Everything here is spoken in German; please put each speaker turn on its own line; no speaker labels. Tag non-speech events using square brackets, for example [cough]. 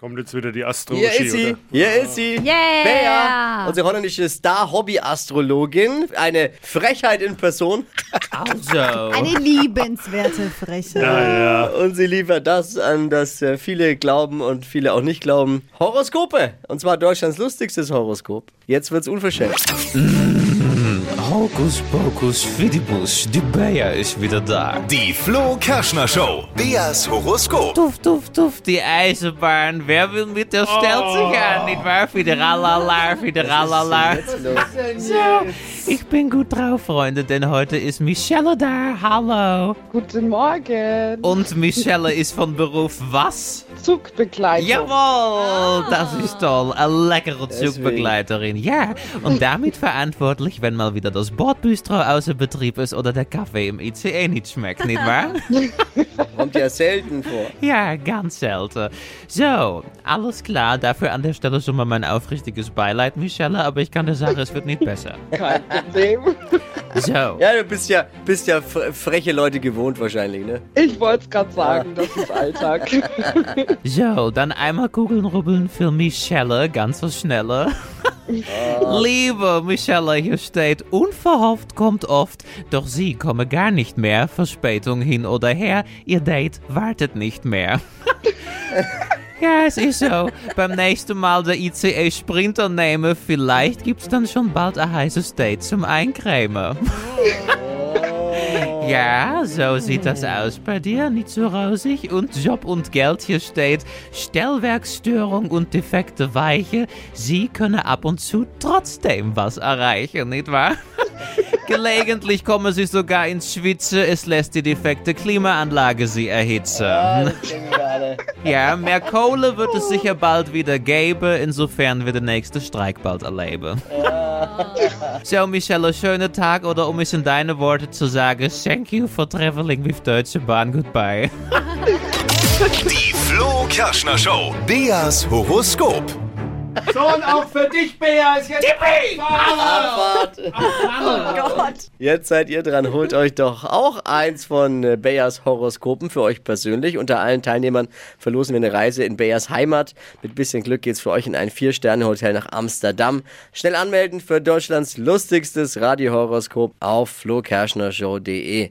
Kommt jetzt wieder die
Hier
Astrologie,
ist sie.
oder?
Hier ist sie.
Yeah.
Bea, unsere holländische Star-Hobby-Astrologin. Eine Frechheit in Person.
Also.
Eine liebenswerte Freche.
Ah, Ja, ja.
Und sie liefert das an, das äh, viele glauben und viele auch nicht glauben. Horoskope. Und zwar Deutschlands lustigstes Horoskop. Jetzt wird's unverschämt.
Hokus Pokus Fidibus, die Bea ist wieder da.
Die Flo Kerschner Show. Beas Horoskop.
Tuff, tuff, tuff, die Eisenbahn. Wer will mit der Stelze gehen, nicht wahr? Fideralala, Fideralala. Ich bin gut drauf, Freunde, denn heute ist Michelle da. Hallo.
Guten Morgen.
Und Michelle ist von Beruf was?
Zugbegleitung.
Jawohl, das ist toll. Eine leckere
Deswegen.
Zugbegleiterin. Ja, und [laughs] damit verantwortlich, wenn mal wieder das Bordbistro außer Betrieb ist oder der Kaffee im ICE nicht schmeckt, nicht wahr?
Kommt ja selten vor.
Ja, ganz selten. So, alles klar. Dafür an der Stelle schon mal mein aufrichtiges Beileid, Michelle, aber ich kann dir sagen, es wird nicht besser.
Kein Problem.
So.
Ja, du bist ja, bist ja fre- freche Leute gewohnt wahrscheinlich, ne? [laughs]
Ich wollte es gerade sagen, das ist Alltag.
[laughs] So, dann einmal Kugeln rubbeln für Michelle, ganz so schneller. [laughs] Liebe Michelle, hier steht, unverhofft kommt oft, doch sie komme gar nicht mehr, Verspätung hin oder her, ihr Date wartet nicht mehr. [laughs] ja, es ist so. Beim nächsten Mal der ICE Sprinter nehmen, vielleicht gibt's dann schon bald ein heißes Date zum Eincremen. Ja, so sieht das aus bei dir, nicht so rosig. Und Job und Geld hier steht, Stellwerksstörung und defekte Weiche, sie können ab und zu trotzdem was erreichen, nicht wahr? [laughs] Gelegentlich kommen sie sogar ins Schwitzen, es lässt die defekte Klimaanlage sie erhitzen. [laughs] Ja, mehr Kohle wird es sicher bald wieder geben, insofern wir den nächsten Streik bald erleben. [laughs] So, Michelle, schönen Tag oder um es in deine Worte zu sagen, thank you for traveling with Deutsche Bahn, goodbye.
Die Flo Kerschner Show. Beas Horoskop.
Jetzt seid ihr dran, holt euch doch auch eins von äh, Bayers Horoskopen für euch persönlich. Unter allen Teilnehmern verlosen wir eine Reise in Bayers Heimat. Mit bisschen Glück geht's für euch in ein Vier-Sterne-Hotel nach Amsterdam. Schnell anmelden für Deutschlands lustigstes Radiohoroskop auf flokerschnershow.de.